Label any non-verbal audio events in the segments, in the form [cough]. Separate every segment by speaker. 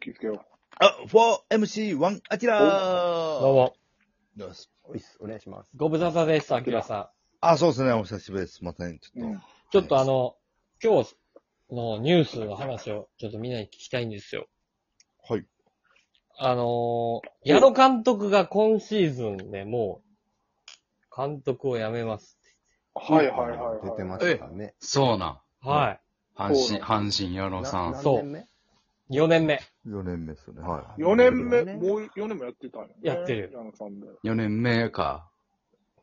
Speaker 1: 気をつけよ
Speaker 2: あ、4MC1、アキラー
Speaker 3: どうも。
Speaker 2: どうも。
Speaker 4: おいっす、お願いします。
Speaker 3: ご無沙汰です、アキラさ
Speaker 2: あ、そうですね。お久しぶりです。またね、ちょっと。
Speaker 1: う。うん。
Speaker 3: ん。ちょっとあの、今日のニュースの話をちょっとみんなに聞きたいんですよ。
Speaker 2: はい。
Speaker 3: あのー、矢野監督が今シーズンでもう、監督を辞めます。
Speaker 1: はいはいはいはい。
Speaker 4: 出てましたね。
Speaker 5: そうなん。
Speaker 3: は
Speaker 5: 阪
Speaker 1: そう
Speaker 5: 神、
Speaker 1: な
Speaker 5: 阪神、矢野
Speaker 4: な
Speaker 5: さん。
Speaker 4: 何
Speaker 3: そう
Speaker 4: 年目
Speaker 3: い。4年目。
Speaker 4: ?4 年目ですね。は
Speaker 1: 4年目、もう4年もやってたんや、ね。
Speaker 3: やってる
Speaker 1: 矢野さんで。
Speaker 5: 4年目か。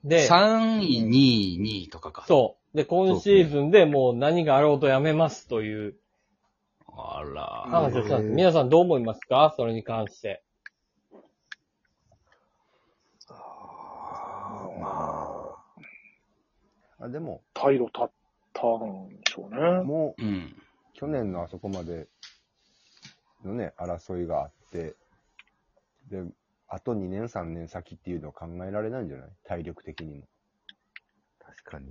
Speaker 3: で、
Speaker 5: 3位、2位、2位とかか。
Speaker 3: そう。で、今シーズンでもう何があろうと辞めますという
Speaker 5: あら。
Speaker 3: 話をしたんで
Speaker 4: へ
Speaker 3: す。
Speaker 4: ー
Speaker 3: 皆さんどう思いますかそれに関して。
Speaker 4: あ、でも、
Speaker 1: 態度立ったんでしょうね。
Speaker 4: もう、
Speaker 5: うん。
Speaker 4: 去年のあそこまでのね、争いがあって、で、あと2年、3年先っていうのは考えられないんじゃない体力的にも。
Speaker 6: 確かに。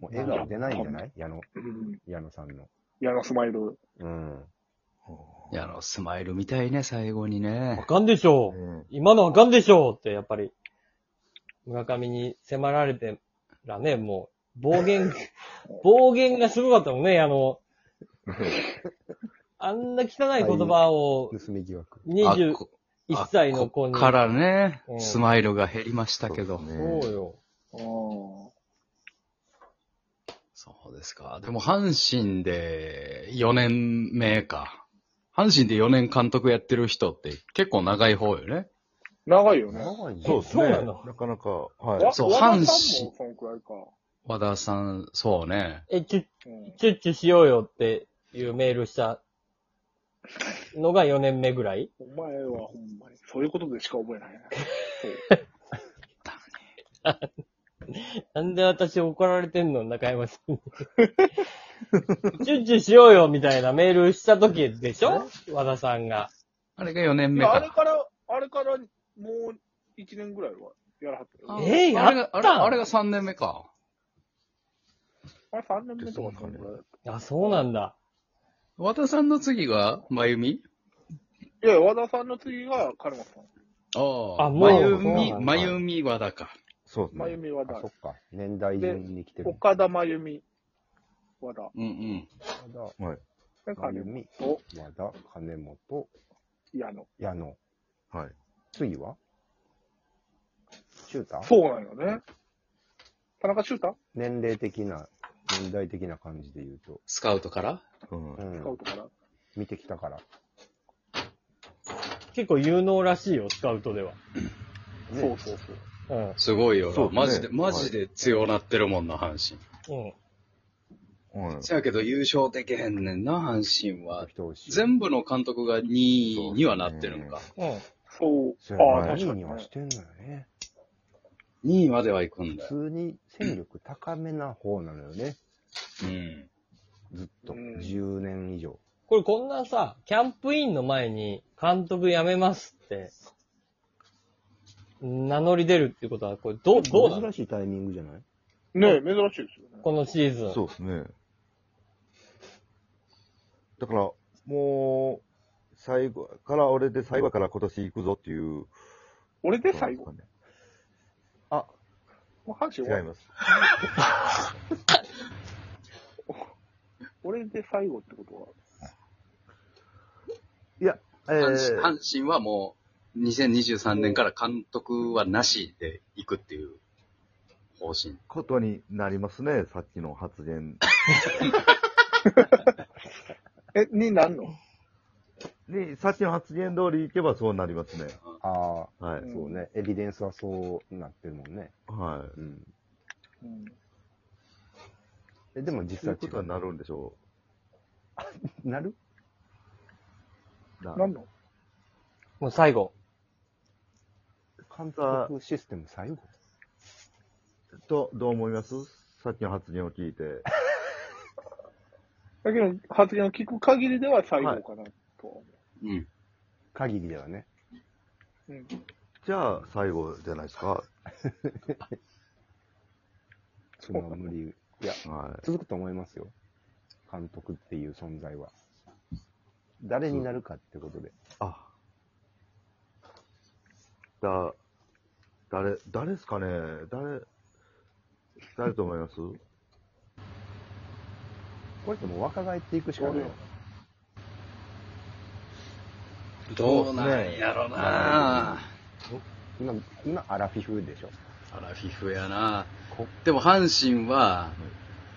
Speaker 4: もう笑顔出ないんじゃない矢野、
Speaker 1: うん。
Speaker 4: 矢野さんの。
Speaker 1: 矢野スマイル。
Speaker 4: うん。
Speaker 5: 矢野スマイルみたいね、最後にね
Speaker 3: あ。かんでしょう。
Speaker 6: ね
Speaker 3: 今のあかんでしょうって、やっぱり、村上に迫られてらね、もう、暴
Speaker 5: [laughs]
Speaker 3: 言、暴言がすごかったもんね、あの、あんな汚い言葉を
Speaker 4: 盗み疑惑。
Speaker 5: あ
Speaker 3: 21
Speaker 5: こ
Speaker 3: 歳の子
Speaker 5: こ
Speaker 3: に。
Speaker 5: からね
Speaker 3: う、ん
Speaker 5: スマイルが減りましたけ
Speaker 6: そ
Speaker 5: ど
Speaker 6: う。ですね
Speaker 3: そうよ。
Speaker 1: うん。
Speaker 5: そうですか。でも阪神で4年目か。阪神で4年監督やってる人って結構長い方よね。
Speaker 1: 長いよね。
Speaker 4: 長いね
Speaker 6: そうです
Speaker 3: そう
Speaker 6: ね。
Speaker 3: なの
Speaker 6: なかなか、はい。
Speaker 1: わ
Speaker 5: そう
Speaker 1: 和田さん
Speaker 5: 阪神
Speaker 1: もそのくらいか。
Speaker 5: 和田さん、そうね。
Speaker 3: え、チュッ、
Speaker 1: うん。
Speaker 3: チュッチュしようよっていうメールしたのが4年目ぐらい
Speaker 1: お前はほんまに、そういうことでしか覚え [laughs] ないね。
Speaker 3: なんで私怒られてんの中山さ
Speaker 5: [laughs]
Speaker 3: んに。チュッチュしようよみたいなメールした時でしょ和田さんが。
Speaker 5: あれが4年
Speaker 1: い
Speaker 5: 目
Speaker 1: やあれ
Speaker 5: か。
Speaker 1: から、あれからもう1年ぐらいはやらはったよ
Speaker 5: あ
Speaker 1: ね。
Speaker 3: えー
Speaker 5: あれが
Speaker 3: やった
Speaker 5: あれあれが3年目か。
Speaker 1: あれ3年目とかそのくらいだっ
Speaker 3: あ、そうなんだ。
Speaker 5: 和田さんの次が、まゆみ
Speaker 1: た。いや、和田さんの次がカルマさん。
Speaker 5: あ
Speaker 3: あ
Speaker 5: あ、
Speaker 3: も
Speaker 5: ま
Speaker 3: う
Speaker 5: ゆ
Speaker 3: そうなん
Speaker 5: み、
Speaker 3: だ
Speaker 5: まゆみ和田か。
Speaker 6: そうです
Speaker 1: まゆ
Speaker 6: ね。
Speaker 1: み和
Speaker 4: あ、
Speaker 1: 田
Speaker 4: そ。っか。年代順に来てる。
Speaker 1: 岡田真由美、和田。
Speaker 5: うんうん。
Speaker 4: 岡
Speaker 1: で、
Speaker 4: 田、真
Speaker 1: 金
Speaker 4: 由
Speaker 1: 本、
Speaker 4: 美、
Speaker 1: お
Speaker 4: 和田、金本、
Speaker 1: 矢野。
Speaker 4: 矢野。
Speaker 6: はい。
Speaker 4: 次はシューター
Speaker 1: そうなんよね。田中修太
Speaker 4: 年齢的な、年代的な感じで言うと、
Speaker 5: スカウトから
Speaker 6: うん
Speaker 4: う。
Speaker 1: スカウ
Speaker 4: ん、
Speaker 1: トから。
Speaker 4: 見てきたから。
Speaker 3: 結構有能らしいよ、スカウトでは。
Speaker 4: ね
Speaker 1: そうそうそう。
Speaker 3: うん。
Speaker 5: すごいよ
Speaker 6: そう
Speaker 5: な。
Speaker 6: ね
Speaker 5: マジで、マジで強なってるもんな、阪神。
Speaker 3: うん。
Speaker 6: うん。
Speaker 5: せやけど優勝できへんねんな、阪神は。
Speaker 4: 人を知る
Speaker 5: 全部の監督が2位にはなってるんか。
Speaker 3: うん。
Speaker 1: そ。
Speaker 4: そうれ
Speaker 1: ああ、
Speaker 4: は
Speaker 1: 確
Speaker 4: いい
Speaker 1: か
Speaker 4: に
Speaker 1: に、
Speaker 4: は
Speaker 1: ね
Speaker 4: し。てんのよね。
Speaker 5: 2位までは行くん
Speaker 4: 普
Speaker 5: だ
Speaker 4: 通
Speaker 5: よ。
Speaker 4: に戦力高めな方なのよね。
Speaker 5: うん。
Speaker 4: ずっと。
Speaker 1: うん
Speaker 4: 10年以上。
Speaker 3: これこんなさ、キャンプインの前に監督辞めますって、名乗り出るってことは、これどう、どうなの
Speaker 4: 珍しいタイミングじゃない
Speaker 1: ねえ、珍しいですよね。
Speaker 3: このシーズン。
Speaker 6: そうですね。だから、もう、最後から、俺で最後から今年行くぞっていう。
Speaker 1: 俺で最後。
Speaker 6: そうなんです
Speaker 4: あ、
Speaker 1: もう阪神終
Speaker 6: かね。
Speaker 1: わ
Speaker 6: 違い
Speaker 1: る。
Speaker 6: ます。
Speaker 1: 俺で最後ってことは。
Speaker 6: え
Speaker 5: 阪
Speaker 6: ー
Speaker 5: 神阪神はもう、2023年から監督はなしで行くっていう方針。
Speaker 6: ことになりますね、さっきの発言
Speaker 1: え、になんの
Speaker 6: に、さっきの発言通り行けばそうなりますね。
Speaker 4: あ
Speaker 6: は
Speaker 1: う
Speaker 6: い
Speaker 4: あ、
Speaker 1: ん。
Speaker 4: そうね。エビデンスはそうなってるもんね。
Speaker 6: は
Speaker 4: うん。
Speaker 1: うん。
Speaker 4: えでも
Speaker 6: い。
Speaker 4: 実
Speaker 6: そうい
Speaker 4: 際
Speaker 6: うことはなるんでしょ
Speaker 4: なる
Speaker 6: う。な
Speaker 1: なんの
Speaker 3: もう最後。
Speaker 4: 監督システム最後
Speaker 6: と、どう思いますさっきの発言を聞いて。
Speaker 1: だけど、発言を聞く限りでは最後かなとは思
Speaker 5: うん。
Speaker 4: 限りではね。
Speaker 1: う。うん。
Speaker 6: じゃあ、最後じゃないですか。
Speaker 4: その無理。いや、
Speaker 6: は
Speaker 4: 続くと思いますよ。監督っていう存在は。誰になるかってことで。
Speaker 6: あ。だ、誰、誰ですかね誰、誰と思います
Speaker 4: これってもう若返っていくしかない。
Speaker 5: どうなんやろな
Speaker 4: 今、今、アラフィフでしょ。
Speaker 5: アラフィフやな
Speaker 4: こ
Speaker 5: でも阪神は、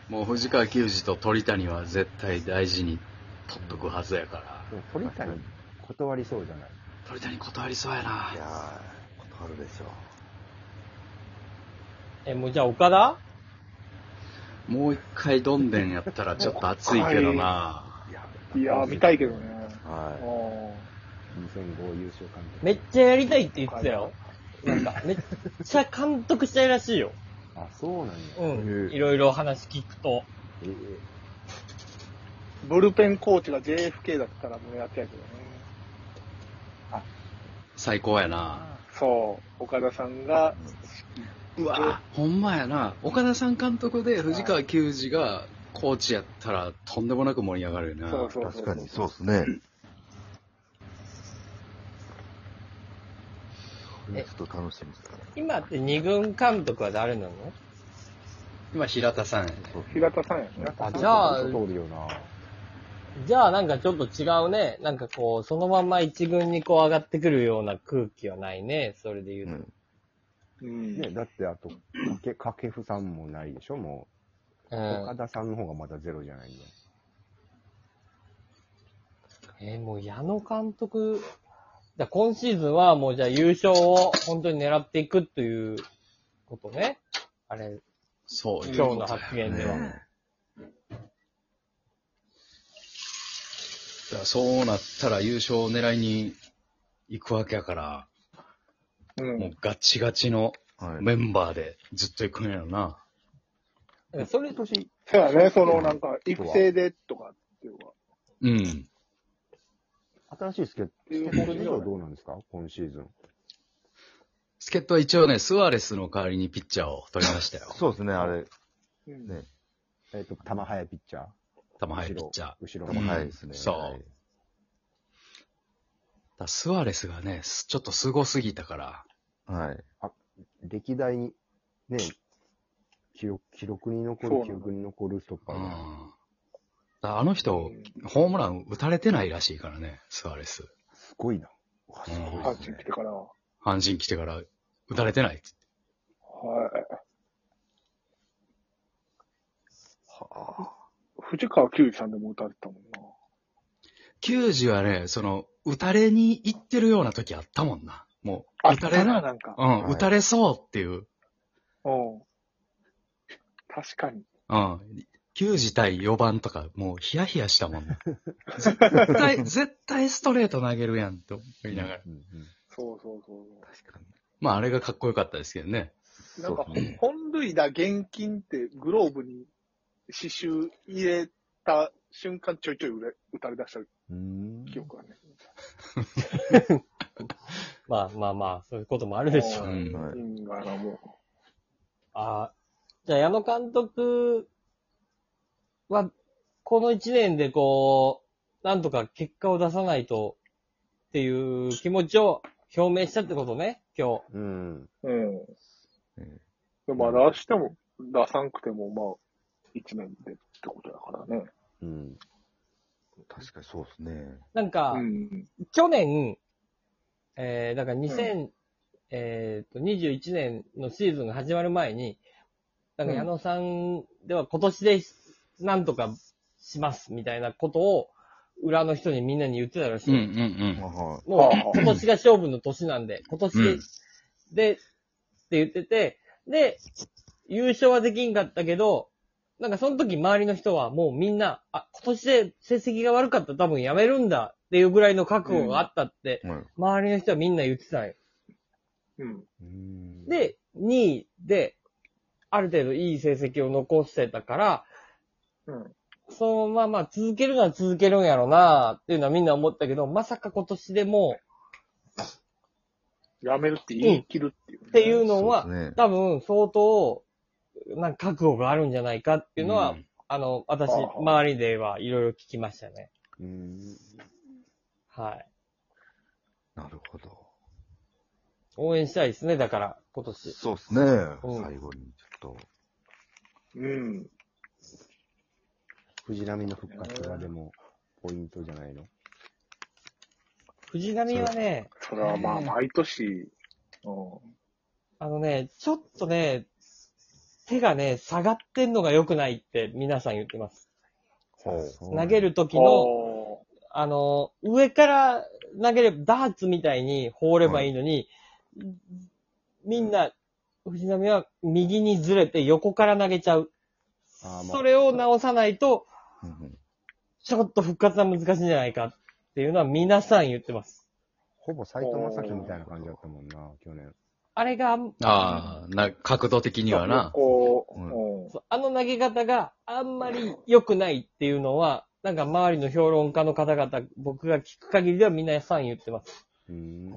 Speaker 5: もう藤川球児と鳥谷は絶対大事に取っとくはずやから。
Speaker 4: でも鳥谷断りそうじゃない。
Speaker 5: 鳥谷断りそうやない
Speaker 6: やー、断るでしょ
Speaker 3: え、もうじゃあ岡田
Speaker 5: もう一回どんでんやったらちょっと熱いけどな
Speaker 1: うん。いやー、見たいけどね。
Speaker 6: う。
Speaker 1: あ
Speaker 6: は
Speaker 1: ー
Speaker 4: 2005優勝監督。
Speaker 3: めっちゃやりたいって言ってたよ。なんか、めっちゃ監督したいらしいよ。
Speaker 4: あ、そうなんや。
Speaker 3: う
Speaker 6: へ
Speaker 3: ん。
Speaker 6: え
Speaker 3: いろいろ話聞くと。
Speaker 4: ええ
Speaker 1: ブルペンコーチが JFK だったらもうやってやけどね。
Speaker 5: 最高やな
Speaker 1: そう。岡田さんが、
Speaker 5: うわほんまやな岡田さん監督で藤川球児がコーチやったらとんでもなく盛り上がるよな
Speaker 1: そうそ
Speaker 6: い。
Speaker 1: うそう。
Speaker 6: 確かに、そうですね。これちょっと楽しみですね。
Speaker 3: 今って二軍監督は誰なの
Speaker 5: 今平田さんやね
Speaker 1: 平田さんやね。
Speaker 4: あ
Speaker 3: じゃあ
Speaker 4: ちょっとおるよな。
Speaker 3: じゃあなんかちょっと違うね。なんかこう、そのまま一軍にこう上がってくるような空気はないね。それで言う
Speaker 6: う
Speaker 3: と。
Speaker 6: ん。
Speaker 1: うん。
Speaker 4: ね、だってあと、かけ、かけふさんもないでしょ、も
Speaker 3: う
Speaker 4: う。
Speaker 3: ん
Speaker 4: 岡。田さんの方がまだゼロじゃないの。
Speaker 3: えーもう矢野監督、じゃあ今シーズンはもうじゃあ優勝を本当に狙っていくということね。あれ、
Speaker 5: そういう
Speaker 3: 今日の
Speaker 5: ことや
Speaker 3: 発言では。
Speaker 6: ね
Speaker 5: だからそうなったら優勝を狙いに行くわけやから
Speaker 1: うん
Speaker 5: もうガチガチの
Speaker 6: はい。
Speaker 5: メンバーでずっと行くんやろな
Speaker 3: えそれ
Speaker 4: 今、年、
Speaker 1: そうやね、そのなんか、育成でとかっていうか。
Speaker 5: うん
Speaker 4: 新しい助っ
Speaker 1: うん
Speaker 4: 人事情はどうなんですか今シーズン。
Speaker 5: 助っ人は一応ねスアレスの代わりにピッチャーを取りました [laughs] よ
Speaker 6: そうですね、あれ。
Speaker 1: うん
Speaker 6: ね。
Speaker 4: えっ、と、玉早ピッチャー。
Speaker 5: 玉入ピッチャー
Speaker 4: 後ろ。
Speaker 5: う
Speaker 4: 後
Speaker 5: ん
Speaker 4: ろ
Speaker 6: はいですね。
Speaker 5: そう
Speaker 6: はい
Speaker 5: だスアレスがね、すちょっと凄すぎたから、
Speaker 6: はい。
Speaker 4: 歴代に、ね、記録、記録に
Speaker 1: そ
Speaker 4: 残
Speaker 1: うな
Speaker 4: る、
Speaker 1: の
Speaker 4: 記憶に残るストッパ
Speaker 5: う
Speaker 4: ー
Speaker 5: ん
Speaker 4: じゃない。
Speaker 5: だあの人、ホームラン打たれてないらしいからね、スアレス。
Speaker 4: すごいな。うわすごい
Speaker 1: 阪
Speaker 4: です
Speaker 1: 神来
Speaker 4: ね。
Speaker 1: てから。は
Speaker 5: 阪神来てから打たれてないっつって
Speaker 1: い。藤川球児さんでも打たれてたもんな。
Speaker 5: 球児はね、その、打たれに行ってるような時あったもんな。もう、打たれ
Speaker 1: な、
Speaker 5: な、
Speaker 1: なんか。
Speaker 5: うん、
Speaker 6: はい
Speaker 5: 打たれそうっていう、
Speaker 1: うん。確かに。
Speaker 5: [laughs] うん。球児対4番とか、もうヒヤヒヤしたもんな。絶対、絶対ストレート投げるやんと思いながら。
Speaker 4: うんうん
Speaker 1: そうそうそうそう。
Speaker 6: 確かに。
Speaker 5: まあ、あれがかっこよかったですけどね。
Speaker 1: なんか
Speaker 6: そうですね、
Speaker 1: 本塁打現金ってグローブに刺繍入れた瞬間ちょいちょい打れ打たれ出した
Speaker 4: うーん。
Speaker 1: 記憶がね。
Speaker 3: まあまあまあ、そういうこともあるでしょ
Speaker 1: う
Speaker 5: う
Speaker 3: う。
Speaker 5: ん。
Speaker 6: はい
Speaker 1: うん、あの、も
Speaker 3: ああ。じゃあ矢野監督は、この一年でこう、なんとか結果を出さないとっていう気持ちを表明したってことね、今日。
Speaker 4: うん。
Speaker 1: う。うん。
Speaker 6: え
Speaker 1: でも、まあ出しても、出さんくても、まあ、一年でってことだからね。
Speaker 4: うん。
Speaker 6: え確かにそうですね。
Speaker 3: なんか、
Speaker 1: うん。
Speaker 3: 去年、えー、だから2000、えーと、21年のシーズンが始まる前に、なんか矢野さんでは今年でなんとかしますみたいなことを裏の人にみんなに言ってたらしい。
Speaker 5: うんうんうん
Speaker 6: ま。あはい。
Speaker 3: も
Speaker 1: はあはあ
Speaker 3: う今年が勝負の年なんで、今年で、
Speaker 5: うん
Speaker 3: で、って言ってて、で、優勝はできんかったけど、なんかその時周りの人はもうみんな、あ、今年で成績が悪かったら多分やめるんだっていうぐらいの覚悟があったって、
Speaker 6: うん
Speaker 3: 周りの人はみんな言ってたんよ。
Speaker 1: うん。
Speaker 4: うん、
Speaker 3: で、2位で、ある程度いい成績を残してたから、
Speaker 1: うん。
Speaker 3: そのまま続けるのは続けるんやろなっていうのはみんな思ったけど、まさか今年でもう
Speaker 1: やめるって言い切るっていう、ね
Speaker 3: っていうの
Speaker 6: そ
Speaker 3: は、
Speaker 6: うですね
Speaker 3: 多分相当、なんか覚悟があるんじゃないかっていうのは、
Speaker 5: うん
Speaker 3: あの、私、
Speaker 1: ああ
Speaker 3: 周りではいろいろ聞きましたね。
Speaker 4: うん。
Speaker 3: はい。
Speaker 2: なるほど。
Speaker 3: 応援したいですね、だから、今年。
Speaker 2: そうですね。
Speaker 3: うん
Speaker 2: 最後にちょっと。
Speaker 1: うん。
Speaker 4: 藤波の復活がでも、ポイントじゃないの
Speaker 3: 藤波はね、
Speaker 1: それはまあ、毎年、うん
Speaker 3: あのね、ちょっとね、手がね、下がってんのが良くないって皆さん言ってます。投げる時の、
Speaker 1: お
Speaker 3: あの、上から投げれば、ダーツみたいに放ればいいのに、みんな、藤波は右にずれて横から投げちゃう。
Speaker 4: あーまあ
Speaker 3: それを直さないと、
Speaker 2: うんうん
Speaker 3: ちょっと復活は難しいんじゃないかっていうのは皆さん言ってます。
Speaker 4: ほぼ斎藤正樹みたいな感じだったもんな、去年。
Speaker 3: あれがあん、
Speaker 5: ああ、な、角度
Speaker 1: ー
Speaker 5: 的にはな。
Speaker 1: こう、
Speaker 2: う
Speaker 1: うん
Speaker 3: そうあの投げ方があんまり良くないっていうのは、なんか周りの評論家の方々、僕が聞く限りでは皆さん言ってます。
Speaker 4: うーん。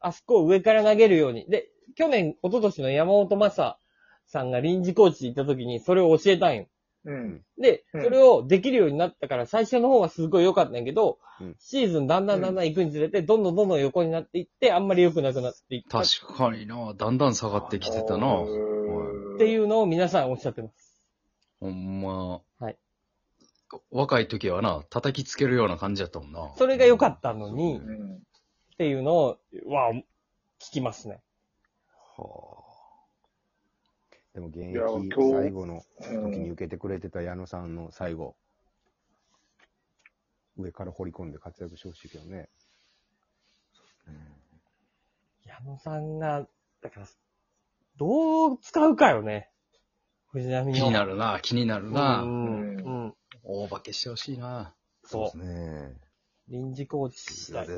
Speaker 3: あそこを上から投げるように。で、去年、一昨年の山本正さんが臨時コーチ行った時にそれを教えたんよ。
Speaker 1: うん。
Speaker 3: で、
Speaker 1: うん
Speaker 3: それをできるようになったから、最初の方はすごい良かったんやけど、
Speaker 4: うん
Speaker 3: シーズンだんだんだんだん行くにつれて、どんどんどんどん横になっていって、あんまり良くなくなっていったっ
Speaker 5: 確かにな、だんだん下がってきてたな。
Speaker 1: うん
Speaker 3: ていうのを皆さんおっしゃってます。
Speaker 5: ほんま。
Speaker 3: はい
Speaker 5: 若い時はな、叩きつけるような感じやったもんな。
Speaker 3: それが良かったのに、
Speaker 5: そううね
Speaker 1: ん
Speaker 3: っていうのを、は、聞きますね。
Speaker 4: でも現
Speaker 1: いや
Speaker 4: 役
Speaker 1: 今日
Speaker 4: 最後の
Speaker 1: う
Speaker 4: 時に
Speaker 1: ん。
Speaker 4: 受けてくれてた矢野さんの最後、上から掘り込んで活躍してほしいけどね。
Speaker 3: 矢野さんが、だから、どう使うかよね。藤波の。
Speaker 5: 気になるな、気になる
Speaker 3: う
Speaker 5: な。
Speaker 3: ん。
Speaker 1: う
Speaker 3: うん。
Speaker 5: 大化けしてほしいな。
Speaker 2: そう
Speaker 3: そ
Speaker 2: ですね。
Speaker 3: う。臨時コーチしたい。